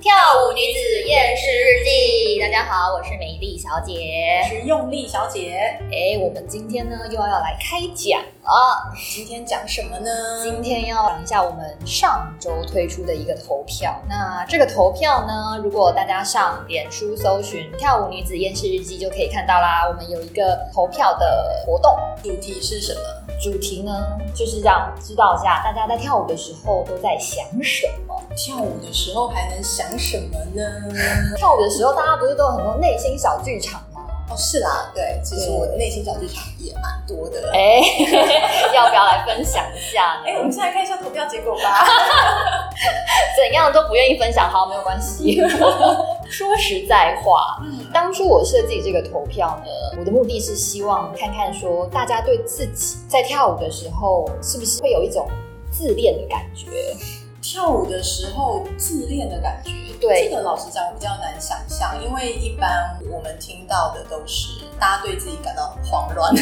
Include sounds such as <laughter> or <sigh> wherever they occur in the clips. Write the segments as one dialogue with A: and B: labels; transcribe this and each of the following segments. A: 跳舞女子厌世日记》。大家好，我是美丽小姐。
B: 是用力小姐，
A: 哎，我们今天呢又要来开讲了。
B: 今天讲什么呢？
A: 今天要讲一下我们上周推出的一个投票。那这个投票呢，如果大家上脸书搜寻“跳舞女子厌世日记”就可以看到啦。我们有一个投票的活动，
B: 主题是什么？
A: 主题呢就是让知道一下大家在跳舞的时候都在想什么。
B: 跳舞的时候还能想什么 <laughs> 呢？
A: 跳舞的时候，大家不是都有很多内心小剧场吗？
B: 哦，是啦，对，其实
A: 对
B: 我的内心小剧场也蛮多的。哎、
A: 哎， <laughs> 要不要来分享一下
B: 我
A: 呢？
B: 们先来看一下投票结果吧。
A: 怎样都不愿意分享，好，没有关 <laughs> 系。说实在话，
B: 嗯，
A: 当初我设计这个投票呢，我的目的是希望看看说大家对自己在跳舞的时候是不是会有一种自恋的感觉。
B: 跳舞的时候自恋的感觉，
A: 对
B: 这个老实讲我比较难想象，因为一般我们听到的都是大家对自己感到很慌 <laughs> 乱。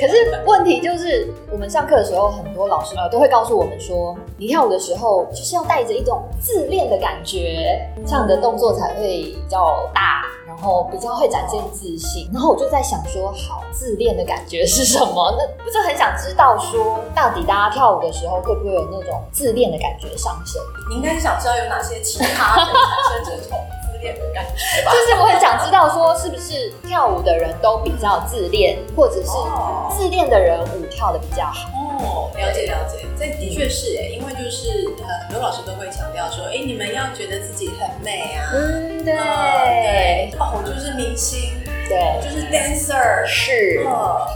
A: 可是问题就是，我们上课的时候，很多老师呃都会告诉我们说，你跳舞的时候就是要带着一种自恋的感觉，这样你的动作才会比较大，然后比较会展现自信。然后我就在想说，好，自恋的感觉是什么？那不是很想知道说，到底大家跳舞的时候会不会有那种自恋的感觉上升？
B: 你应该想知道有哪些其他人产生这种自恋的感觉吧？
A: 就是我很想知道说，是不是跳舞的人都比较自恋，或者是
B: 哦
A: 自恋的人舞跳的比较好？
B: 哦，了解了解，这的确是哎，因为就是呃，很多老师都会强调说，哎，你们要觉得自己很美啊，
A: 嗯，
B: 嗯对，哦，我就是明星，
A: 对
B: 我。就是啊 dancer，
A: 是，
B: 哦，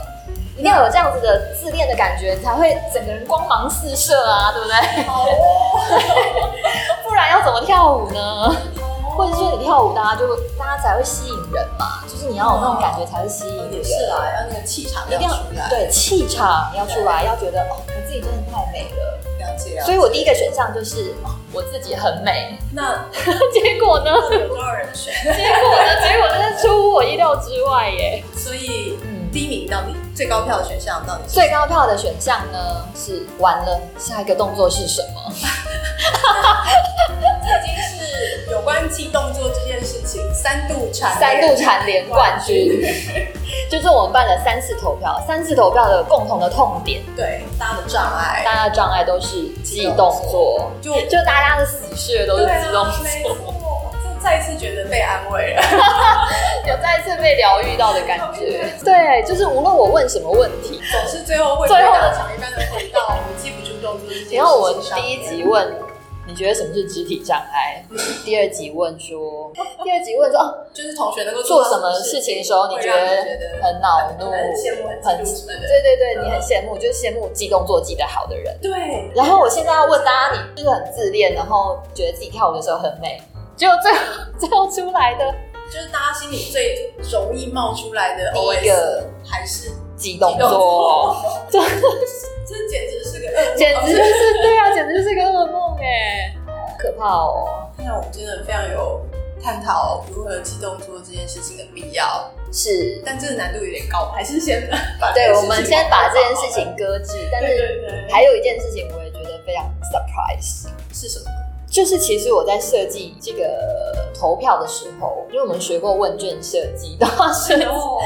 A: 一定要有这样子的自恋的感觉，你才会整个人光芒四射啊，对不对？
B: 好哦，
A: <laughs> 不然要怎么跳舞呢？或者
B: 是
A: 说你跳舞，大家就大家才会吸引人嘛，就是你要有那种感觉才会吸引人
B: 也。嗯是啊啦，要那个气场
A: 一
B: 要
A: 定要
B: 出来，
A: 对气场要出来，要觉得哦，我自己真的太美了。
B: 了解了解。
A: 所以我第一个选项就是、哦、我自己很美， <laughs>
B: 那呃
A: 结果呢？
B: 那有多少人选？
A: 结果呢？结果真的出乎我意料之外耶。
B: 所以
A: 嗯，
B: 第一名到底最高票的选项到底是
A: 最高票的选项呢是完了，下一个动作是什么？
B: 已经是有关记动作这件事情三度缠
A: 三度蝉联冠军，就是我们办了三次投票，三次投票的共同的痛点，
B: 对大家的障碍，
A: 大家的障碍都是记动作，
B: 就
A: 就大家的死穴都是
B: 对
A: 记动
B: 啊，没
A: 作，
B: 错，就再一次觉得被安慰了。
A: 有再次被疗愈到的感觉。对，啊就是无论我问什么问题，
B: 总是最后会
A: 最后
B: 大场一般的回到我记不住动作这件事情上面。
A: 然后我第一集问你觉得什么是肢体障碍，第二集问说，第二集问说，哦
B: 就是同学能够
A: 做
B: 到
A: 什么事情的时候你
B: 会
A: 觉
B: 让
A: 得
B: 你觉得
A: 很恼怒，
B: 很羡慕、很
A: 很
B: 嫉妒什么的。
A: 对对对，你很羡慕，就是羡慕记动作记得好的人。
B: 对，
A: 然后我现在要问大家，你是很自恋，然后觉得自己跳舞的时候很美，结果最后最后出来的
B: 就是大家心里最容易冒出来的
A: 第一
B: OS
A: 个
B: 还是
A: 激
B: 动
A: 动作，，
B: 这 <laughs> 这简直是个噩梦。
A: 简直是对啊，简直是个噩梦哎，好可怕哦！
B: 那我们真的非常有探讨如何记动作这件事情的必要，
A: 是，
B: 但这个难度有点高，我还是先把这
A: <laughs> 对，
B: 件
A: 我
B: 事情
A: 们先把这件事情搁置，但
B: 对
A: 是
B: 对对，
A: 还有一件事情我也觉得非常 surprise。
B: 是什么？
A: 就是其实我在设计这个投票的时候，因为我们学过问卷设计，然后设计
B: 哦，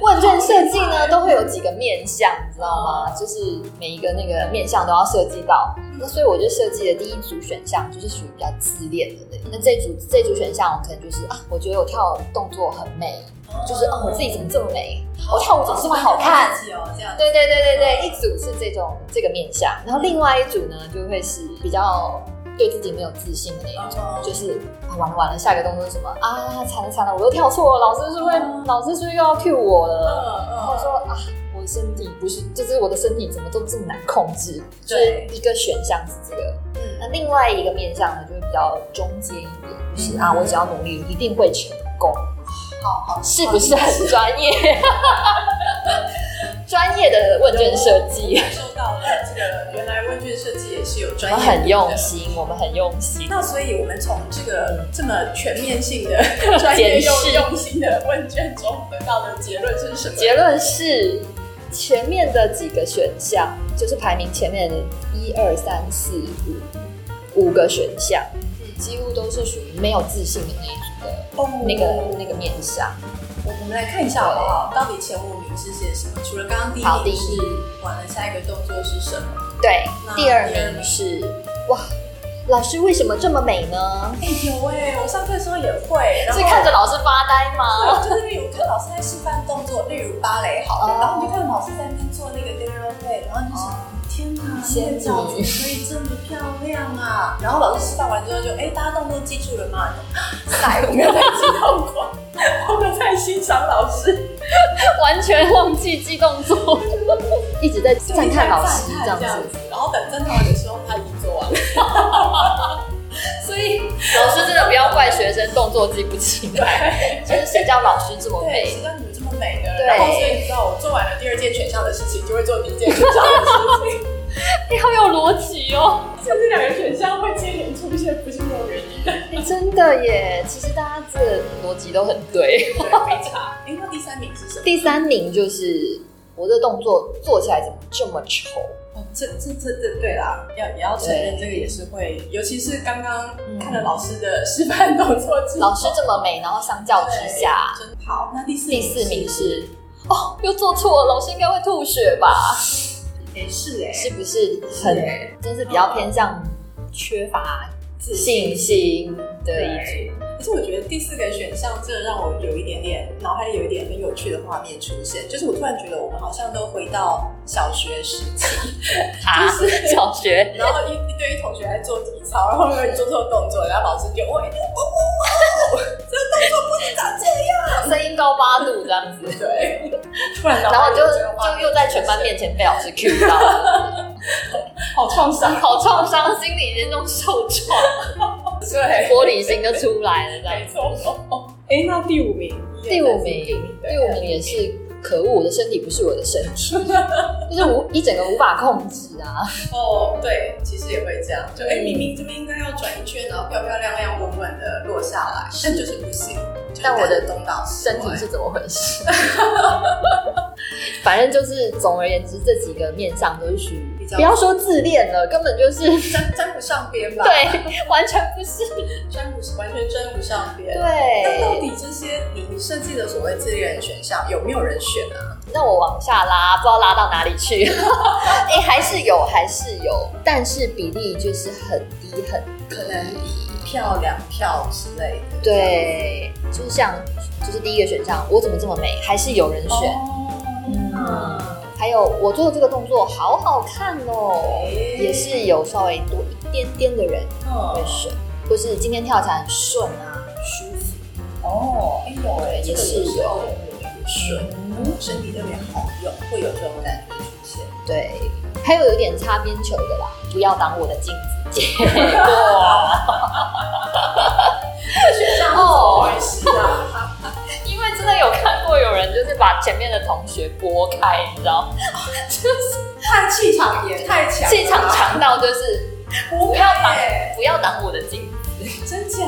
A: 问卷设计呢，都会有几个面向，你知道吗？就是每一个那个面向都要涉及到。那所以我就设计了第一组选项，就是属于比较自恋的类。那这组这组选项，我可能就是啊，我觉得我跳舞动作很美，就是啊，我自己怎么这么美？我跳舞总是会好看。
B: 自己哦，这样子。
A: 对对对对对，一组是这种这个面向，然后另外一组呢，就会是比较对自己没有自信的那一种。
B: 哦
A: 就是啊完了完了，下一个动作是什么啊？惨了惨了，我又跳错了，老师是不是
B: 嗯
A: 老师是不是又要 cue 我了？然后
B: 嗯
A: 说啊，我的身体不是，就是我的身体怎么都这么难控制？就是
B: 对
A: 一个选项是这个，
B: 嗯
A: 那另外一个面向呢，就是比较中间一点，就是
B: 嗯
A: 啊，我只要努力，一定会成功。
B: 好好，
A: 是不是很专业？
B: <laughs>
A: 专业的问卷设计，
B: 感受到了这个原来问卷设计也是有专
A: 我们
B: 业，
A: 很用。心，我们很用心。
B: 那所以我们从这个这么全面性的专业又
A: <laughs> 检视
B: 用心的问卷中得到的结论是什么？
A: 结论是，前面的几个选项，就是排名前面的一二三四五五个选项，几乎都是属于没有自信的那一组的
B: 哦
A: 那个那个面相。
B: 我我们来看一下好不好？到底前五名是些什么？除了刚刚第
A: 好第
B: 一名
A: 一
B: 是完了，下一个动作是什么？
A: 对
B: 那，
A: 第二
B: 第二名
A: 名是哇，老师为什么这么美呢？
B: 哎、有哎、我上课的时候也会，然后
A: 是看着老师发呆吗？
B: 对就是例如看老师在示范动作，例如芭蕾好了，
A: 哦
B: 然后你就看老师在那边做那个 d e r o play，然后你就想。天哪，那
A: 仙
B: 个
A: 女
B: 饺子可以这么漂亮啊！然后老师示范完之后就，哎，大家动作记住了吗？ <laughs>
A: <laughs>
B: 塞，我没有在激动过，我没有在欣赏老师，
A: 完全忘记记动 <laughs> 作，一直在赞叹老师这样子。。
B: 然后等正常的时候，他已经做完了。所以，
A: 老师真的不要怪学生动作记不清，就是谁叫老师这么
B: 对，
A: 美
B: 谁？叫你们这么美呢？
A: 对
B: 然后所以你知道，我做完了第二件选项的事情，就会做第一件选项的事情。
A: 你好有逻辑哦！
B: 所以这两个选项会接连出现，不是没有原因的。
A: 哎真的耶，其实大家这个逻辑都很 <laughs> 对。
B: 没差。哎，那第三名是什么？
A: 第三名就是我这动作做起来怎么这么丑？
B: 哦，这这这这对啦，要也要承认这个也是会，尤其是刚刚看了老师的示范动作之后，
A: 老师这么美，然后相较之下，
B: 真好。那第四
A: 第四名是哦，又做错了，老师应该会吐血吧？
B: 哎是哎
A: 是不是很
B: 对
A: 真是比较偏向缺乏
B: 自
A: 信心的一组？
B: 对。可是我觉得第四个选项，这让我有一点点脑海里有一点很有趣的画面出现，就是我突然觉得我们好像都回到小学时
A: <laughs>
B: 期，
A: 啊，小学
B: 然后一一堆同学在做体操，然后有人做错动作，然后老师就喂，哦哦哦，这个动作不能长这样。
A: <laughs> 声音高八度这样子，
B: 哦对，突然
A: 然后就
B: 就
A: 就又在全班面前被老师 cue 到，
B: 好创伤，
A: 好创伤，心理严重受创，
B: 对，
A: 玻璃心就出来了这样
B: 没
A: 子。
B: 错。哎，那第五名，
A: 第五名，第五名也是。可恶，我的身体不是我的身体，就是无一整个无法控制啊！
B: 哦，对，其实也会这样，就哎，明明这边应该要转一圈，然后漂漂亮亮、稳稳的落下来，但就是不行。就是
A: 但我的
B: 感觉东倒西
A: 身体
B: 歪
A: 是怎么回
B: <laughs>
A: 事？反正就是，总而言之，这几个面相都是属于
B: 比较
A: 不要说自恋了，根本
B: <laughs>
A: 就是
B: 沾沾不上边吧？，
A: 对，完全不是
B: 沾不完全沾不上边。那到
A: 对。
B: 底这些你设计的所谓自恋选项有没有人选啊？
A: 那我往下拉，不知道拉到哪里
B: <laughs>
A: 去。 <laughs> 哎、还是有，还是有，但是比例就是很低很
B: 可能漂亮票之类的。
A: 对，就是像就是第一个选项，我怎么这么美，还是有人
B: 这样
A: 选。
B: 哦
A: 还有我做的这个动作好好看哦，
B: 哎
A: 也是有稍微多一点点的人
B: 嗯哦
A: 会选，或是今天跳起来很顺啊，很舒服。
B: 哦，哎有哎，
A: 也是
B: 这个有水，
A: 嗯
B: 身体特别好用，会有这种感觉出现。
A: 对，还有有点擦边球的啦，不要挡我的镜子姐。
B: 这样
A: 哦
B: 回事啊？
A: <laughs> 因为真的有看过有人就是把前面的同学拨开，你知道，吗？就是
B: 太气场也太强了吧，
A: 气场强到就是
B: 不
A: 不
B: 要
A: 要挡
B: 耶，
A: 不要挡我的镜子。
B: 真假？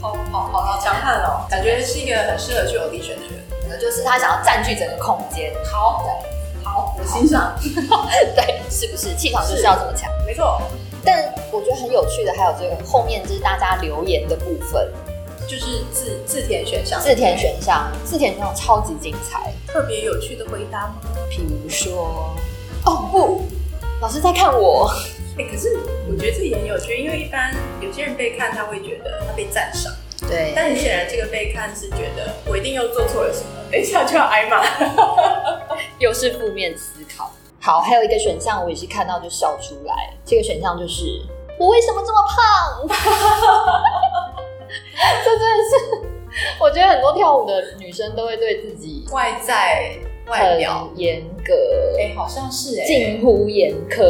B: 好好好好强悍哦，感觉是一个很适合去偶力选的人。
A: 可能就是他想要占据整个空间。 <laughs>
B: 好，好，我欣赏，
A: 对，是不是气场就是要这么强？
B: 没错，
A: 但我觉得很有趣的还有这个后面就是大家留言的部分，
B: 就是自自填选项，
A: 自填选项，自填选项超级精彩。
B: 特别有趣的回答吗？
A: 比如说，哦不，老师在看我，
B: 哎、可是我觉得这也很有趣，因为一般有些人被看，他会觉得他被赞赏，
A: 对
B: 但很显然这个被看是觉得我一定又做错了什么，等一下就要挨骂。
A: 又是负面思考。好，还有一个选项我也是看到就笑出来，这个选项就是我为什么这么胖？ <laughs> 这真的是，我觉得很多跳舞的女生都会对自己
B: 外在外
A: 很
B: 表，
A: 严格，
B: 哎、好像是哎、
A: 近乎严苛。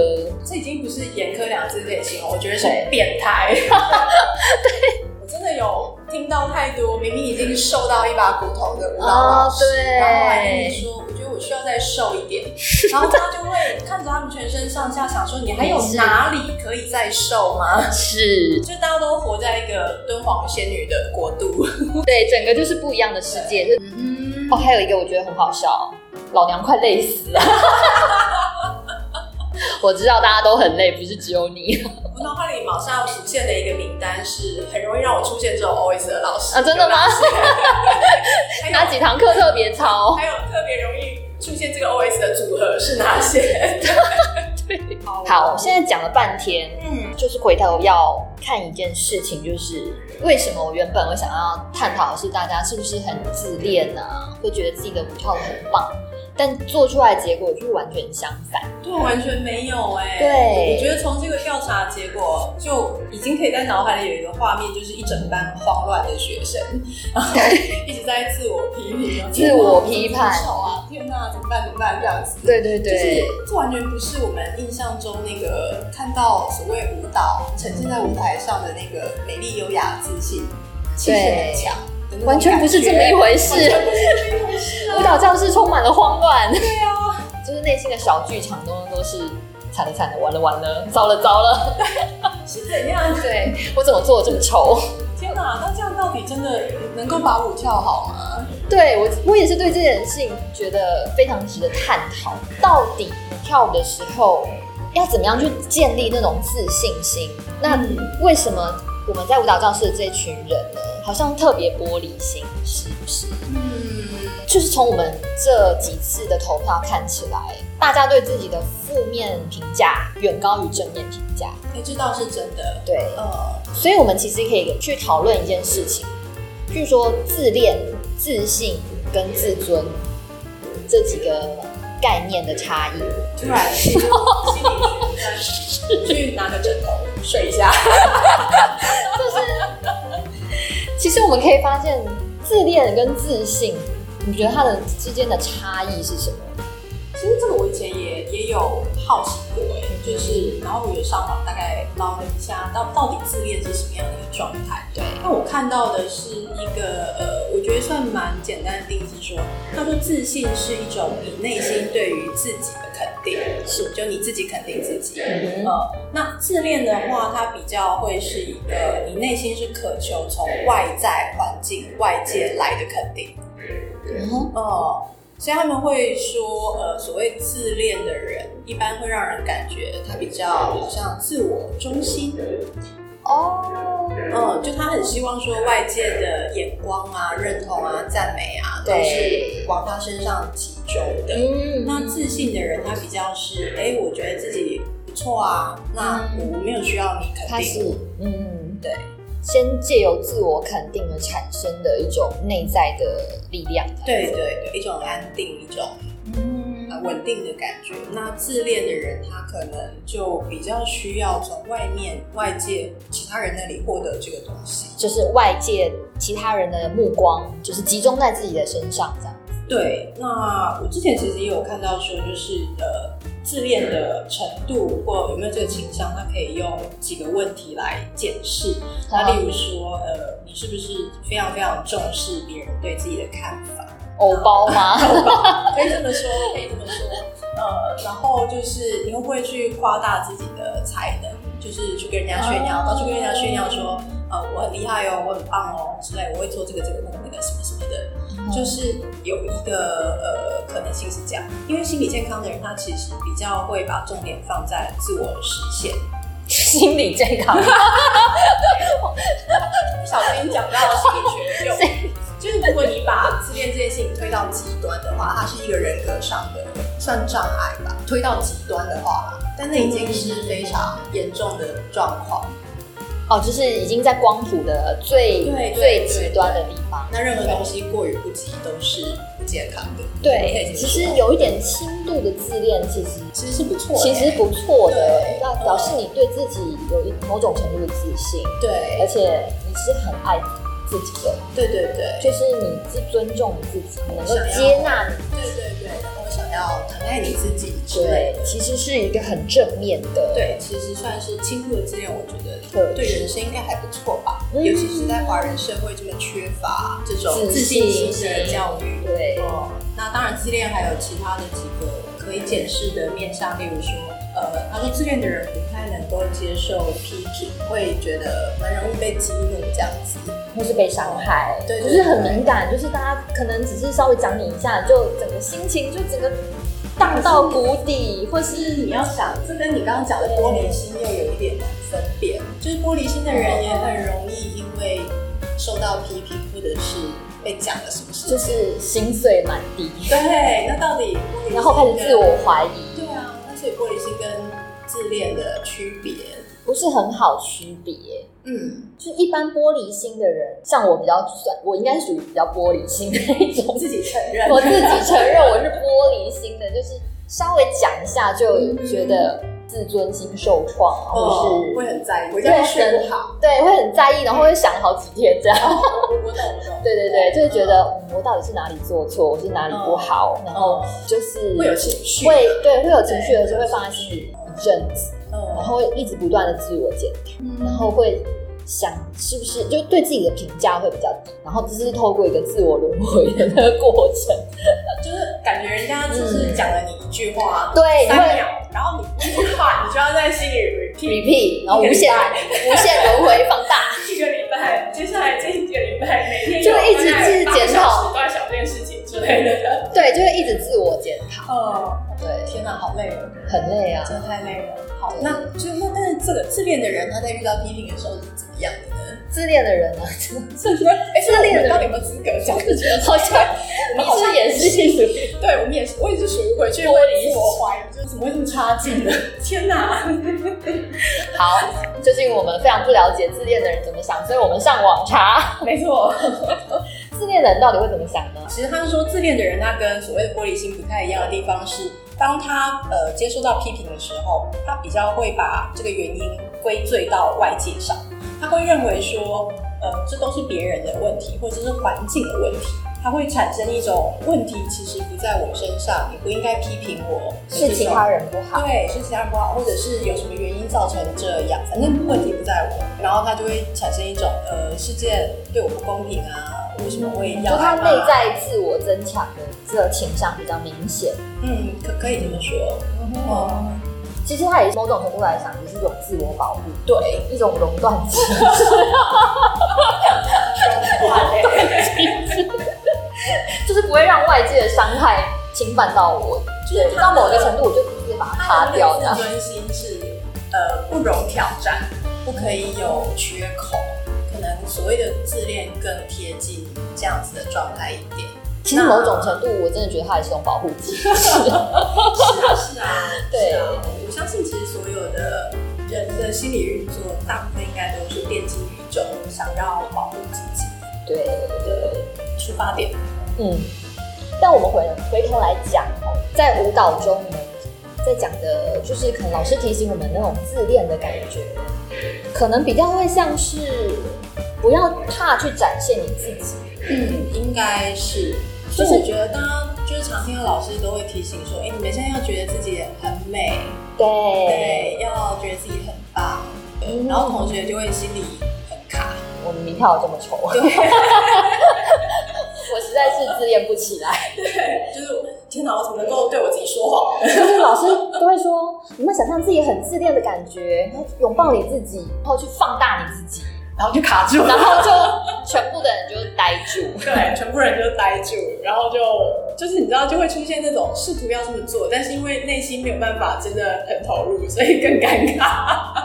B: 这已经不是严苛两个字可以形容，我觉得是
A: 对
B: 变态。 <laughs> 我真的有听到太多，明明已经瘦到一把骨头的舞蹈老师，
A: 哦对
B: 然后还跟你说，我觉得我需要再瘦一
A: <laughs>
B: 点，然后他就会看着他们全身上下，想说你还有
A: 是
B: 哪里可以再瘦吗？
A: 是，
B: 就大家都活在一个敦煌仙女的国度。
A: 对，整个就是不一样的世界。就是
B: 嗯
A: 哦，还有一个我觉得很好笑，老娘快累死了。 <laughs> 我知道大家都很累，不是只有你
B: 我脑海里马上浮现的一个名单是很容易让我出现这种 always 的老师
A: 啊真的吗？ <laughs>
B: 有哪
A: 哪
B: 些
A: 几堂课特别操。
B: 还有还有特别容易出现这个 always 的组合是
A: <laughs>
B: 哪些？对，
A: 好，，现在讲了半天，
B: 嗯，
A: 就是回头要看一件事情，就是为什么我原本我想要探讨的是大家是不是很自恋啊，会觉得自己的舞跳的很棒，但做出来的结果就是完全相反。
B: 对，完全没有哎、
A: 对
B: 我觉得从这个调查结果就已经可以在脑海里有一个画面，就是一整班慌乱的学
A: <laughs>
B: 生，然后一直在自我批评，
A: 自我批判
B: 手啊， <laughs> 天哪，怎么办？怎么办？这样子。
A: 对对
B: 就是这完全不是我们印象中那个看到所谓舞蹈呈现在舞台上的那个美丽、优雅、自信、气势很强的那种感觉，
A: 完全不是这么一回事
B: 完全不是这么一回事啊！
A: 舞蹈教室充满了慌乱，
B: 对啊，
A: 就是内心的小剧场中都是惨了惨了，完了完了， <laughs> 糟了糟了，
B: 是怎样？
A: 对我怎么做的这么丑？
B: 天哪，那这样到底真的能够把舞跳好吗？
A: 对我，我也是对这件事情觉得非常值得探讨。到底你跳舞的时候要怎么样去建立那种自信心？那
B: 嗯
A: 为什么我们在舞蹈教室的这群人呢，好像特别玻璃心，是不是？
B: 嗯，
A: 就是从我们这几次的投票看起来，大家对自己的负面评价远高于正面评价。
B: 哎，这倒是真的。
A: 对，
B: 呃，
A: 所以我们其实可以去讨论一件事情，譬如说自恋、自信跟自尊这几个概念的差异。
B: 突
A: <laughs>
B: 然心理学去拿个枕头睡一下。
A: 其实我们可以发现，自恋跟自信，你觉得它的之间的差异是什么？
B: 其实这个我以前也也有好奇过哎、就是然后我也上网大概捞了一下，到到底自恋是什么样的一个状态？
A: 对，
B: 那我看到的是一个呃，我觉得算蛮简单的定义，是说嗯他说自信是一种你内心对于自己的肯定，
A: 是
B: 就你自己肯定自己。
A: 嗯哼
B: 呃，那自恋的话，它比较会是一个你内心是渴求从外在环境、外界来的肯定。
A: 嗯哼，
B: 哦，所以他们会说，呃，所谓自恋的人，一般会让人感觉他比较好像自我中心，
A: 哦，
B: 嗯，就他很希望说外界的眼光啊、认同啊、赞美啊，都
A: 对
B: 是往他身上集中的。
A: 嗯
B: 那自信的人，他比较是，哎、我觉得自己不错啊，那
A: 嗯
B: 我没有需要你肯
A: 它是
B: 定，
A: 嗯，
B: 对，
A: 先借由自我肯定而产生的一种内在的力量。
B: 对对对，一种安定，一种
A: 嗯
B: 呃稳定的感觉。那自恋的人，他可能就比较需要从外面、外界、其他人那里获得这个东西。
A: 就是外界其他人的目光，就是集中在自己的身上，这样。
B: 对，那我之前其实也有看到说，就是呃，自恋的程度或有没有这个倾向，他可以用几个问题来检视。那例如说，呃，你是不是非常非常重视别人对自己的看法？
A: 偶包 <laughs> 吗？
B: 可以这么说，可以这么说。呃，然后就是你会不会去夸大自己的才能，就是去跟人家炫耀，
A: 哦
B: 到处跟人家炫耀说，呃，我很厉害哦，我很棒哦之类，我会做这个这个那个那个什么什么的，就是有一个呃可能性是这样，因为心理健康的人他其实比较会把重点放在自我实现。
A: 心理健
B: <laughs>
A: 康，
B: 不小心讲到心理学就。就是如果你把自恋这件事情推到极端的话，它是一个人格上的算障碍吧。推到极端的话啦，但那已经是非常严重的状况。
A: 哦，就是已经在光谱的最
B: 对对
A: 最极端的地方。
B: 那任何东西过于不及都是不健康的。
A: 对，
B: 可以
A: 其
B: 这么
A: 实
B: 说
A: 有一点轻度的自恋，其实
B: 其实是不错的、
A: 其实不错的
B: 对，
A: 那表示你对自己有一某种程度的自信，而
B: 对
A: 且你是很爱自己的，
B: 对对对
A: 就是你是尊重你自己，能够
B: 想要
A: 接纳你。
B: 对对对，然后想要疼爱你自己之类
A: 对
B: 的，。
A: 其实是一个很正面的。
B: 对，其实算是轻度的自恋，我觉
A: 对
B: 得对人生应该还不错吧。
A: 嗯
B: 尤其是在华人社会这么缺乏这种
A: 自
B: 自
A: 信
B: 信心的教育。
A: 对
B: 哦，那当然，自恋还有其他的几个可以检视的面向，例如说，呃，他说自恋的人不太能够接受批评，会觉得蛮容易被激怒这样子。
A: 或是被伤害，
B: 对对
A: 就是很敏感，就是大家可能只是稍微讲你一下，就整个心情就整个荡到谷底，或是
B: 你要想，这跟你刚刚讲的玻璃心又有一点难分辨。就是玻璃心的人也很容易因为受到批评，或者是被讲了什么事情。
A: 就是心碎满地，
B: 对，那到底玻璃
A: <laughs>
B: 心
A: 然后开始自我怀疑，
B: 跟？对啊，那所以玻璃心跟自恋的区别，
A: 不是很好区别。
B: 嗯，
A: 就一般玻璃心的人，像我比较算，我应该属于比较玻璃心的那一种 <laughs>
B: 我。自己承认，
A: 我自己承认我是玻璃心的，就是稍微讲一下就觉得自尊心受创啊，
B: <laughs> 哦
A: 或是
B: 会很在意，我这样睡
A: <laughs>
B: 不好。
A: 对会很在意，然后会想好几天这样。 <laughs>
B: 我我懂，我懂。
A: 对嗯对对，就是觉得、嗯我到底是哪里做错，我是哪里不好，然后就是
B: 嗯会有情绪，
A: 会对会有情绪的时候会放在心里一阵子，然
B: 嗯，
A: 后会一直不断的自我检讨，嗯然后会。想是不是就对自己的评价会比较低，然后这是透过一个自我轮回的那个过程，
B: 就是感觉人家只是讲了你一句话，
A: 对，你
B: 三
A: 会
B: 秒，然后你一句话，你就要在心里 repeat
A: repeat，然后无 <laughs> 限无限轮回放大，
C: 一个礼拜，接下来这一个礼拜，每天
A: 就一直自己检讨
C: 都在想这件事情之类的。
A: <laughs> 对，就会一直自我检讨，
B: 嗯，
A: 对，
B: 天哪，好累哦，
A: 很累 <laughs> 啊。
B: 真的太累了。好，那就那但是这个自恋的人，他在遇到批评的时候是怎么样的呢？
A: 自恋的人呢，
B: 是不是？哎，
A: 自恋的人
B: 我们到底有没有资格讲这件事？
A: <laughs> 好像
B: 我们好像
A: 也是属于
B: 对，我们也是，我也是属于回去
A: 玻璃
B: 自我怀疑，就是怎么会这么差劲呢？天哪！
A: 好，就是因为我们非常不了解自恋的人怎么想，所以我们上网 <laughs> 查
B: 没错，
A: 自恋的人到底会怎么想呢？
B: 其实他说自恋的人，他跟所谓的玻璃心不太一样的地方是，当他呃接收到批评的时候，他比较会把这个原因归罪到外界上，他会认为说，呃，这都是别人的问题，或者是环境的问题。他会产生一种问题，其实不在我身上，你不应该批评我，
A: 是其他人不好，
B: 对，是其他人不好，或者是有什么原因造成这样，反正问题不在我，然后他就会产生一种呃，世界对我不公平啊，为什么会
A: 就
B: 要
A: 他
B: 来骂啊
A: 内在自我增强的这个倾向比较明显。
B: 嗯，可可以这么说，
A: 哦，其实他也是某种程度来讲，也是一种自我保护，
B: 对，
A: 一种熔断机制。就是不会让外界的伤害侵犯到我，就是到某个程度我就直接把它
B: 他
A: 擦
B: 的
A: 掉这
B: 那
A: 样
B: 个自。尊心是呃不容挑战，不可以有缺口，可能所谓的自恋更贴近这样子的状态一点。
A: 其实某种程度我真的觉得它也是一种保护机制。
B: 啊是啊，是啊，
A: 对
B: 是啊，我相信其实所有的人的心理运作，大部分应该都是奠基于一种想要保护自己
A: 对，
B: 的出发点。
A: 嗯。但我们回回头来讲哦，在舞蹈中我们在讲的，就是可能老师提醒我们那种自恋的感觉，可能比较会像是不要怕去展现你自己。
B: 嗯，应该是。
A: 就
B: 就是是我觉得大家就是常听到老师都会提醒说，哎、你们现在要觉得自己很美，
A: 对，
B: 哦对，要觉得自己很棒，对
A: 嗯
B: 然后同学就会心里很卡，
A: 我们名跳这么丑，
B: 对
A: 我实在是自恋不起来。
B: 对，就是天哪，我怎么能够对我自己说谎？
A: 就是老师都会说，你们想象自己很自恋的感觉，然后拥抱你自己，然后去放大你自己，
B: <laughs> 然后就卡住
A: 然后就全部的人就呆住。
B: 对，全部人就呆住，然后就就是你知道，就会出现那种试图要这么做，但是因为内心没有办法真的很投入，所以更尴尬。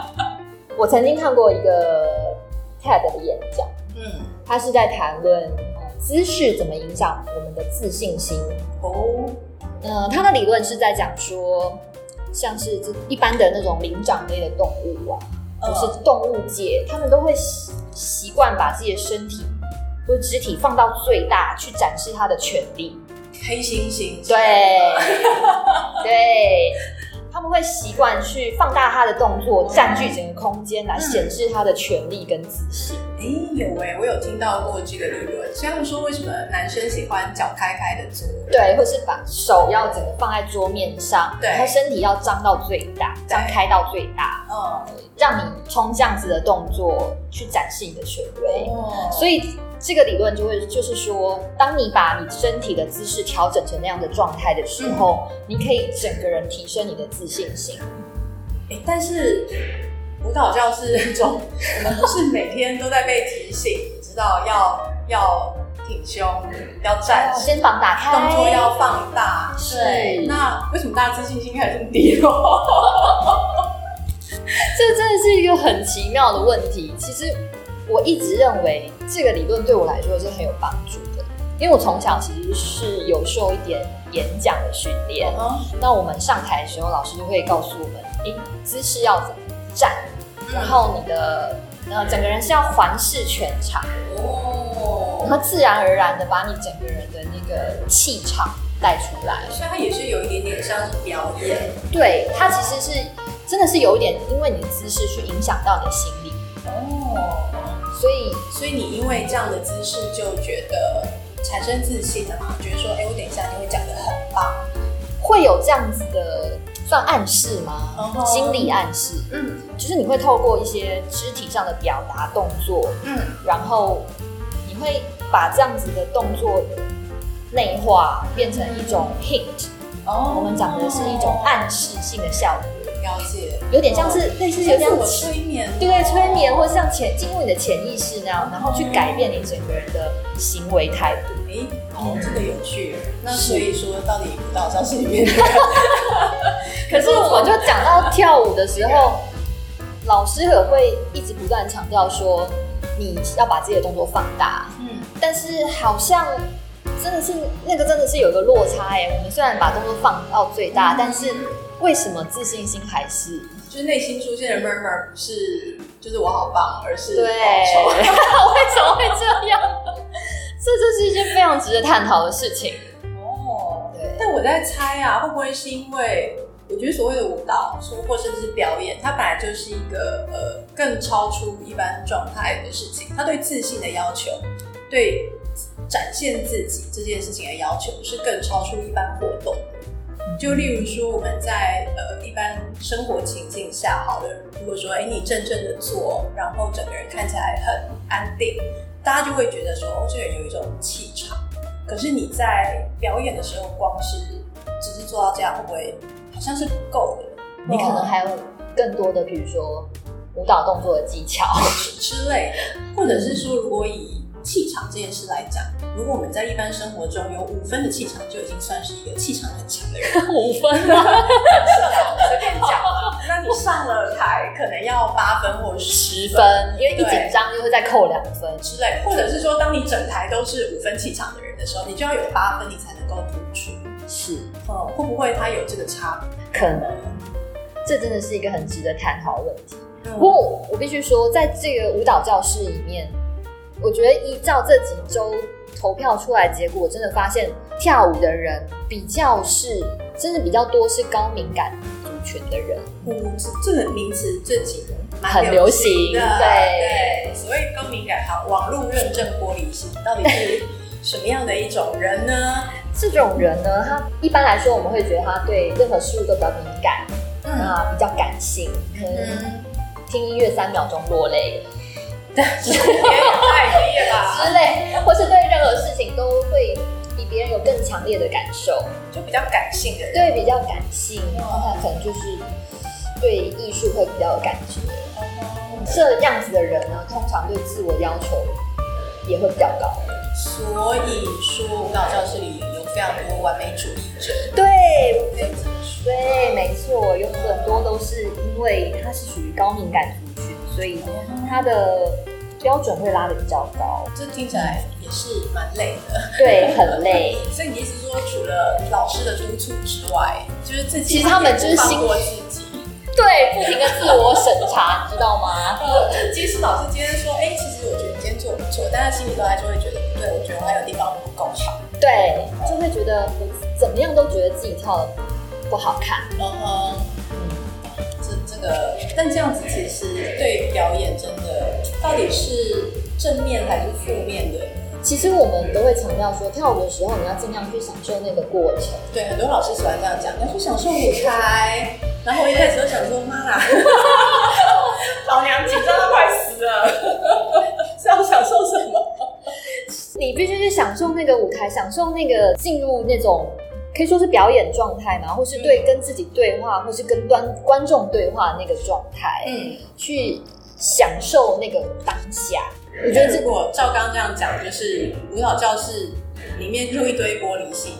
A: 我曾经看过一个 TED 的演讲，
B: 嗯，
A: 他是在谈论呃姿势怎么影响我们的自信心。
B: 哦，
A: 呃，他的理论是在讲说，像是这一般的那种灵长类的动物啊，就是动物界，他们都会习习惯把自己的身体或肢体放到最大，去展示他的权利。
B: 黑猩猩， <laughs>
A: 对，对，他们会习惯去放大他的动作，占据整个空间，
B: 嗯
A: 来显示他的权利跟自信。
B: 哎，有哎、我有听到过这个理论。虽然说为什么男生喜欢脚开开的坐，
A: 对，或是把手要整个放在桌面上，
B: 对
A: 然后身体要张到最大，
B: 对
A: 张开到最大，
B: 嗯，
A: 让你冲这样子的动作去展示你的权威。
B: 哦
A: 所以这个理论就会就是说，当你把你身体的姿势调整成那样的状态的
B: 嗯
A: 时候，你可以整个人提升你的自信心。
B: 以、但是舞蹈教室那种，我们不是每天都在被提醒，你知道要要挺胸，要站直，
A: 肩膀打开，
B: 动作要放大。
A: 对，
B: 那为什么大家自信心还这么低落？
A: 这真的是一个很奇妙的问题。其实我一直认为这个理论对我来说是很有帮助的，因为我从小其实是有受一点演讲的训练。那我们上台的时候，老师就会告诉我们，诶，姿势要怎么站，然后你的呃整个人是要环视全场，然
B: 哦，
A: 后自然而然的把你整个人的那个气场带出来。
B: 所以它也是有一点点像是表演。
A: 对，它其实是真的是有一点，因为你的姿势去影响到你的心理，
B: 哦，
A: 所以
B: 所以你因为这样的姿势就觉得产生自信了嘛？觉得说，哎，我等一下你会讲的很棒。
A: 会有这样子的算暗示吗
B: 嗯哼
A: 心理暗示，
B: 嗯
A: 就是你会透过一些肢体上的表达动作，
B: 嗯，
A: 然后你会把这样子的动作内化，变成一种 hint，、
B: 哦
A: 我们讲的是一种暗示性的效果，
B: 了解，
A: 有点像是类似有点
B: 像我催眠，
A: 对对，催眠或像潜进入你的潜意识那样，然后去改变你整个人的行为态度。
B: 诶，哦，这个有趣。那
A: 是
B: 所以说，到底舞蹈教室
A: <laughs>
B: 里面，
A: 可是我们就讲到跳舞的时候，老师也会一直不断强调说，你要把自己的动作放大，
B: 嗯，
A: 但是好像真的是那个真的是有一个落差哎、我们虽然把动作放到最大，但是为什么自信心还是
B: 就是内心出现的 murmur 不是就是我好棒，而是
A: 对？
B: 我
A: <laughs>
B: 好
A: 为
B: 丑
A: 什么会这样？这就是一件非常值得探讨的事情。
B: 哦，
A: 对
B: 但我在猜啊，会不会是因为我觉得所谓的舞蹈，说或甚至是表演，它本来就是一个呃更超出一般状态的事情，它对自信的要求，对展现自己这件事情的要求是更超出一般活动的。就例如说，我们在呃一般生活情境下，好了，如果说哎、你正正的坐，然后整个人看起来很安定，大家就会觉得说哦这个人有一种气场。可是你在表演的时候，光是只是做到这样，会不会好像是不够的
A: 你可能还有更多的，比如说舞蹈动作的技巧。
B: 之之类的？或者是说，如果以气场这件事来讲，如果我们在一般生活中有五分的气场，就已经算是一个气场很强的人。
A: <laughs> 五分啊， <laughs>
B: 随便讲啊，那你上了台可能要八分或十
A: 十
B: 分
A: 分，因为一紧张就会再扣两分。
B: 之类，或者是说，当你整台都是五分气场的人的时候，你就要有八分，你才能够突出。
A: 是，
B: 哦、会不会他有这个差
A: 可能这真的是一个很值得探讨的问题。
B: 别？嗯
A: 不过我我必须说，在这个舞蹈教室里面，我觉得依照这几周投票出来结果，真的发现跳舞的人比较是，真的比较多是高敏感族群的人。
B: 嗯，这这个名词这几年蛮
A: 很流行
B: 的，
A: 对
B: 对。所谓高敏感，好，网络认证玻璃心到底是什么样的一种人呢？
A: 这种人呢，他一般来说我们会觉得他对任何事物都比较敏感，
B: 嗯
A: 啊、比较感性，可能
B: 嗯，
A: 听音乐三秒钟落泪，
B: 这个 <laughs> 也太低了吧？
A: 之类，或啊是对任何事情都会比别人有更强烈的感受，
B: 就比较感性的人。
A: 对比较感性，然后他可能就是对艺术会比较有感觉。这样子的人呢，通常对自我要求也会比较高。
B: 所以说，舞蹈教室里有非常多完美主义者，
A: 对，
B: 可以这么说
A: 对，没错，有很多都是因为他是属于高敏感族群，所以他的标准会拉得比较 <laughs> 高。
B: 这听起来也是蛮累的。
A: 对，很累。
B: 所以你意思说，除了老师的督促之外，就是自己
A: 其实他们就是
B: 放
A: 心
B: 过自己。
A: 对，不停的自我审查，你知道吗？
B: 呃，即使老师今天说，哎、其实我觉得你今天做得不错，但是心里头还是会觉得，对我觉得我哎还有地方不够好。
A: 对，就会觉得我怎么样都觉得自己跳的不好看。
B: 嗯哼，这这个，但这样子其实对表演真的到底是正面还是负面的？
A: 其实我们都会强调说，跳舞的时候你要尽量去享受那个过程。
B: 对，很多老师喜欢这样讲，要去享受舞台。啊然后我一开始就想说，妈啦， <laughs>
C: 老娘紧张到快死了，
B: <laughs> 是要享受什么？
A: 你必须去享受那个舞台，享受那个进入那种可以说是表演状态嘛，或是对跟自己对话，或是跟观观众对话那个状态，
B: 嗯，
A: 去享受那个当下。我觉
D: 但
A: 得这
D: 如果照刚刚这样讲，就是舞蹈教室里面就一堆玻璃心，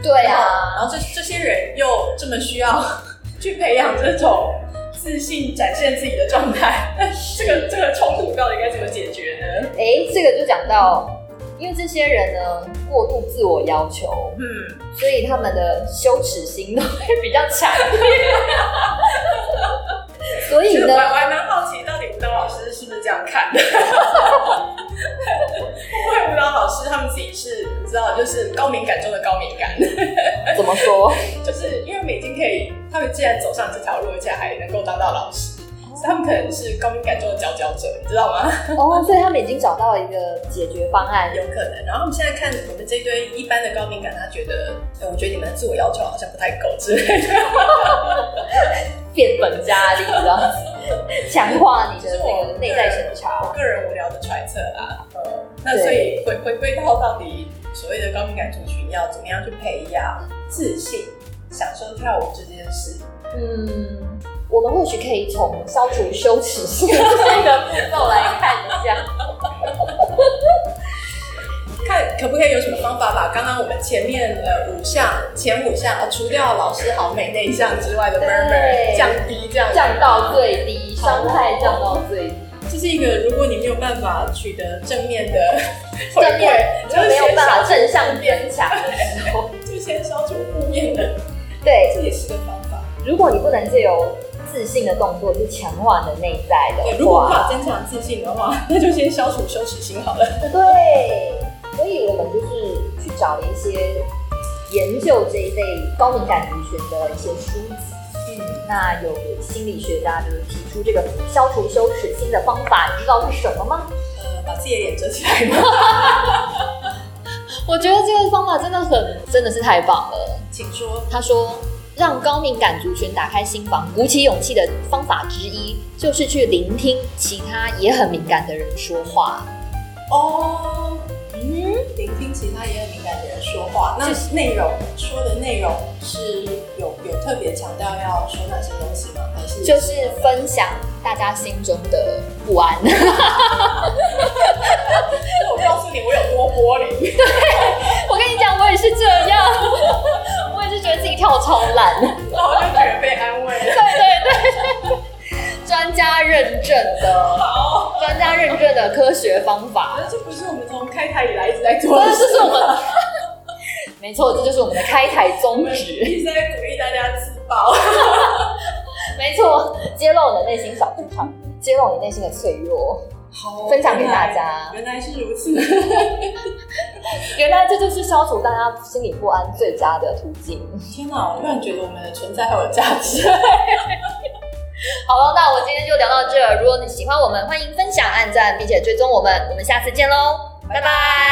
A: 对
D: 然
A: 啊，
D: 后这这些人又这么需要 <laughs> 去培养这种自信展现自己的状态，那
B: 这个这个冲突到底该怎么解决呢？
A: 哎，这个就讲到，因为这些人呢过度自我要求，
D: 嗯，
A: 所以他们的羞耻心都会比较强烈。 <laughs> 所
B: 其
A: 以
B: 实我
A: 呢
B: 还，我还蛮好奇，到底舞蹈老师是不是这样看的？ <laughs> 会不会舞蹈老师他们自己是你知道，就是高敏感中的高敏感， <laughs>
A: 怎么说？
B: 就是因为美金可以，他们既然走上这条路，而且还能够当到老师，所以他们可能是高敏感中的佼佼者，你知道吗？
A: 哦，所以他们已经找到一个解决方案。
B: 有可能。然后我们现在看我们这一堆一般的高敏感，他觉得，呃我觉得你们自我要求好像不太够之类的。
A: 变本加厉，你知道吗？强化你的那个内在审
B: 我
A: 查。
B: 个人无聊的揣测啦，呃，那所以回回归到到底所谓的高敏感族群要怎么样去培养自信，享受跳舞这件事，
A: 嗯，我们或许可以从消除羞耻心这个步骤来看一下。
B: 看可不可以有什么方法把刚刚我们前面呃五项前五项、呃除掉老师好美那一项之外的 murmur 降低这样
A: 降到最低，伤害降到最低，
B: 这是一个，如果你没有办法取得正
A: <laughs>
B: 面的回
A: 正面
B: 馈，
A: 就没有办法正向
B: 变，
A: 增强的时候。
B: 就先消除负面的，
A: 对，
B: 这也是个方法。
A: 如果你不能借由自信的动作去强化你的内在
B: 对，
A: 的
B: 如果无
A: 话，
B: 法增强自信的话，那就先消除羞耻心好了。
A: 对，所以我们就是去找了一些研究这一类高敏感族群的一些书籍。
B: 嗯，
A: 那有心理学家就是提出这个消除羞耻心的方法，你知道是什么吗？
B: 呃，把自己的脸遮起来吗？
A: <laughs> 我觉得这个方法真的很，真的是太棒了。
B: 请说。
A: 他说，让高敏感族群打开心房、鼓起勇气的方法之一，就是去聆听其他也很敏感的人说话。
B: 哦，
A: 嗯，
B: 聆听其他也很敏感的人说话，那内容说的内容是有有特别强调要说哪些东西吗？还是
A: 就是分享大家心中的不安。 <laughs>
B: 我告诉你，我有多玻
A: <laughs>
B: 璃。
A: 我跟你讲，我也是这样，我也是觉得自己跳超烂。
B: 然后就觉得被安慰了。
A: 专家认证的，好，专家认证的科学方法，
B: 这不是我们从开台以来一直在做的
A: 这
B: 事
A: 就是
B: 吗，
A: 我们，没错，这就是我们的开台
B: 我
A: 宗
B: 们
A: 旨，
B: 一直在鼓励大家自爆。
A: 没错，揭露你的内心小剧场，揭露你内心的脆弱，
B: 好
A: <laughs> 分享给大家
B: 原来原来是如此。
A: 原来这就是消除大家心理不安最佳的途径。
B: 天哪，我突然觉得我们的存在还有价值。
A: 好了，那我今天就聊到这儿，如果你喜欢我们，欢迎分享、按赞，并且追踪我们，我们下次见喽，拜拜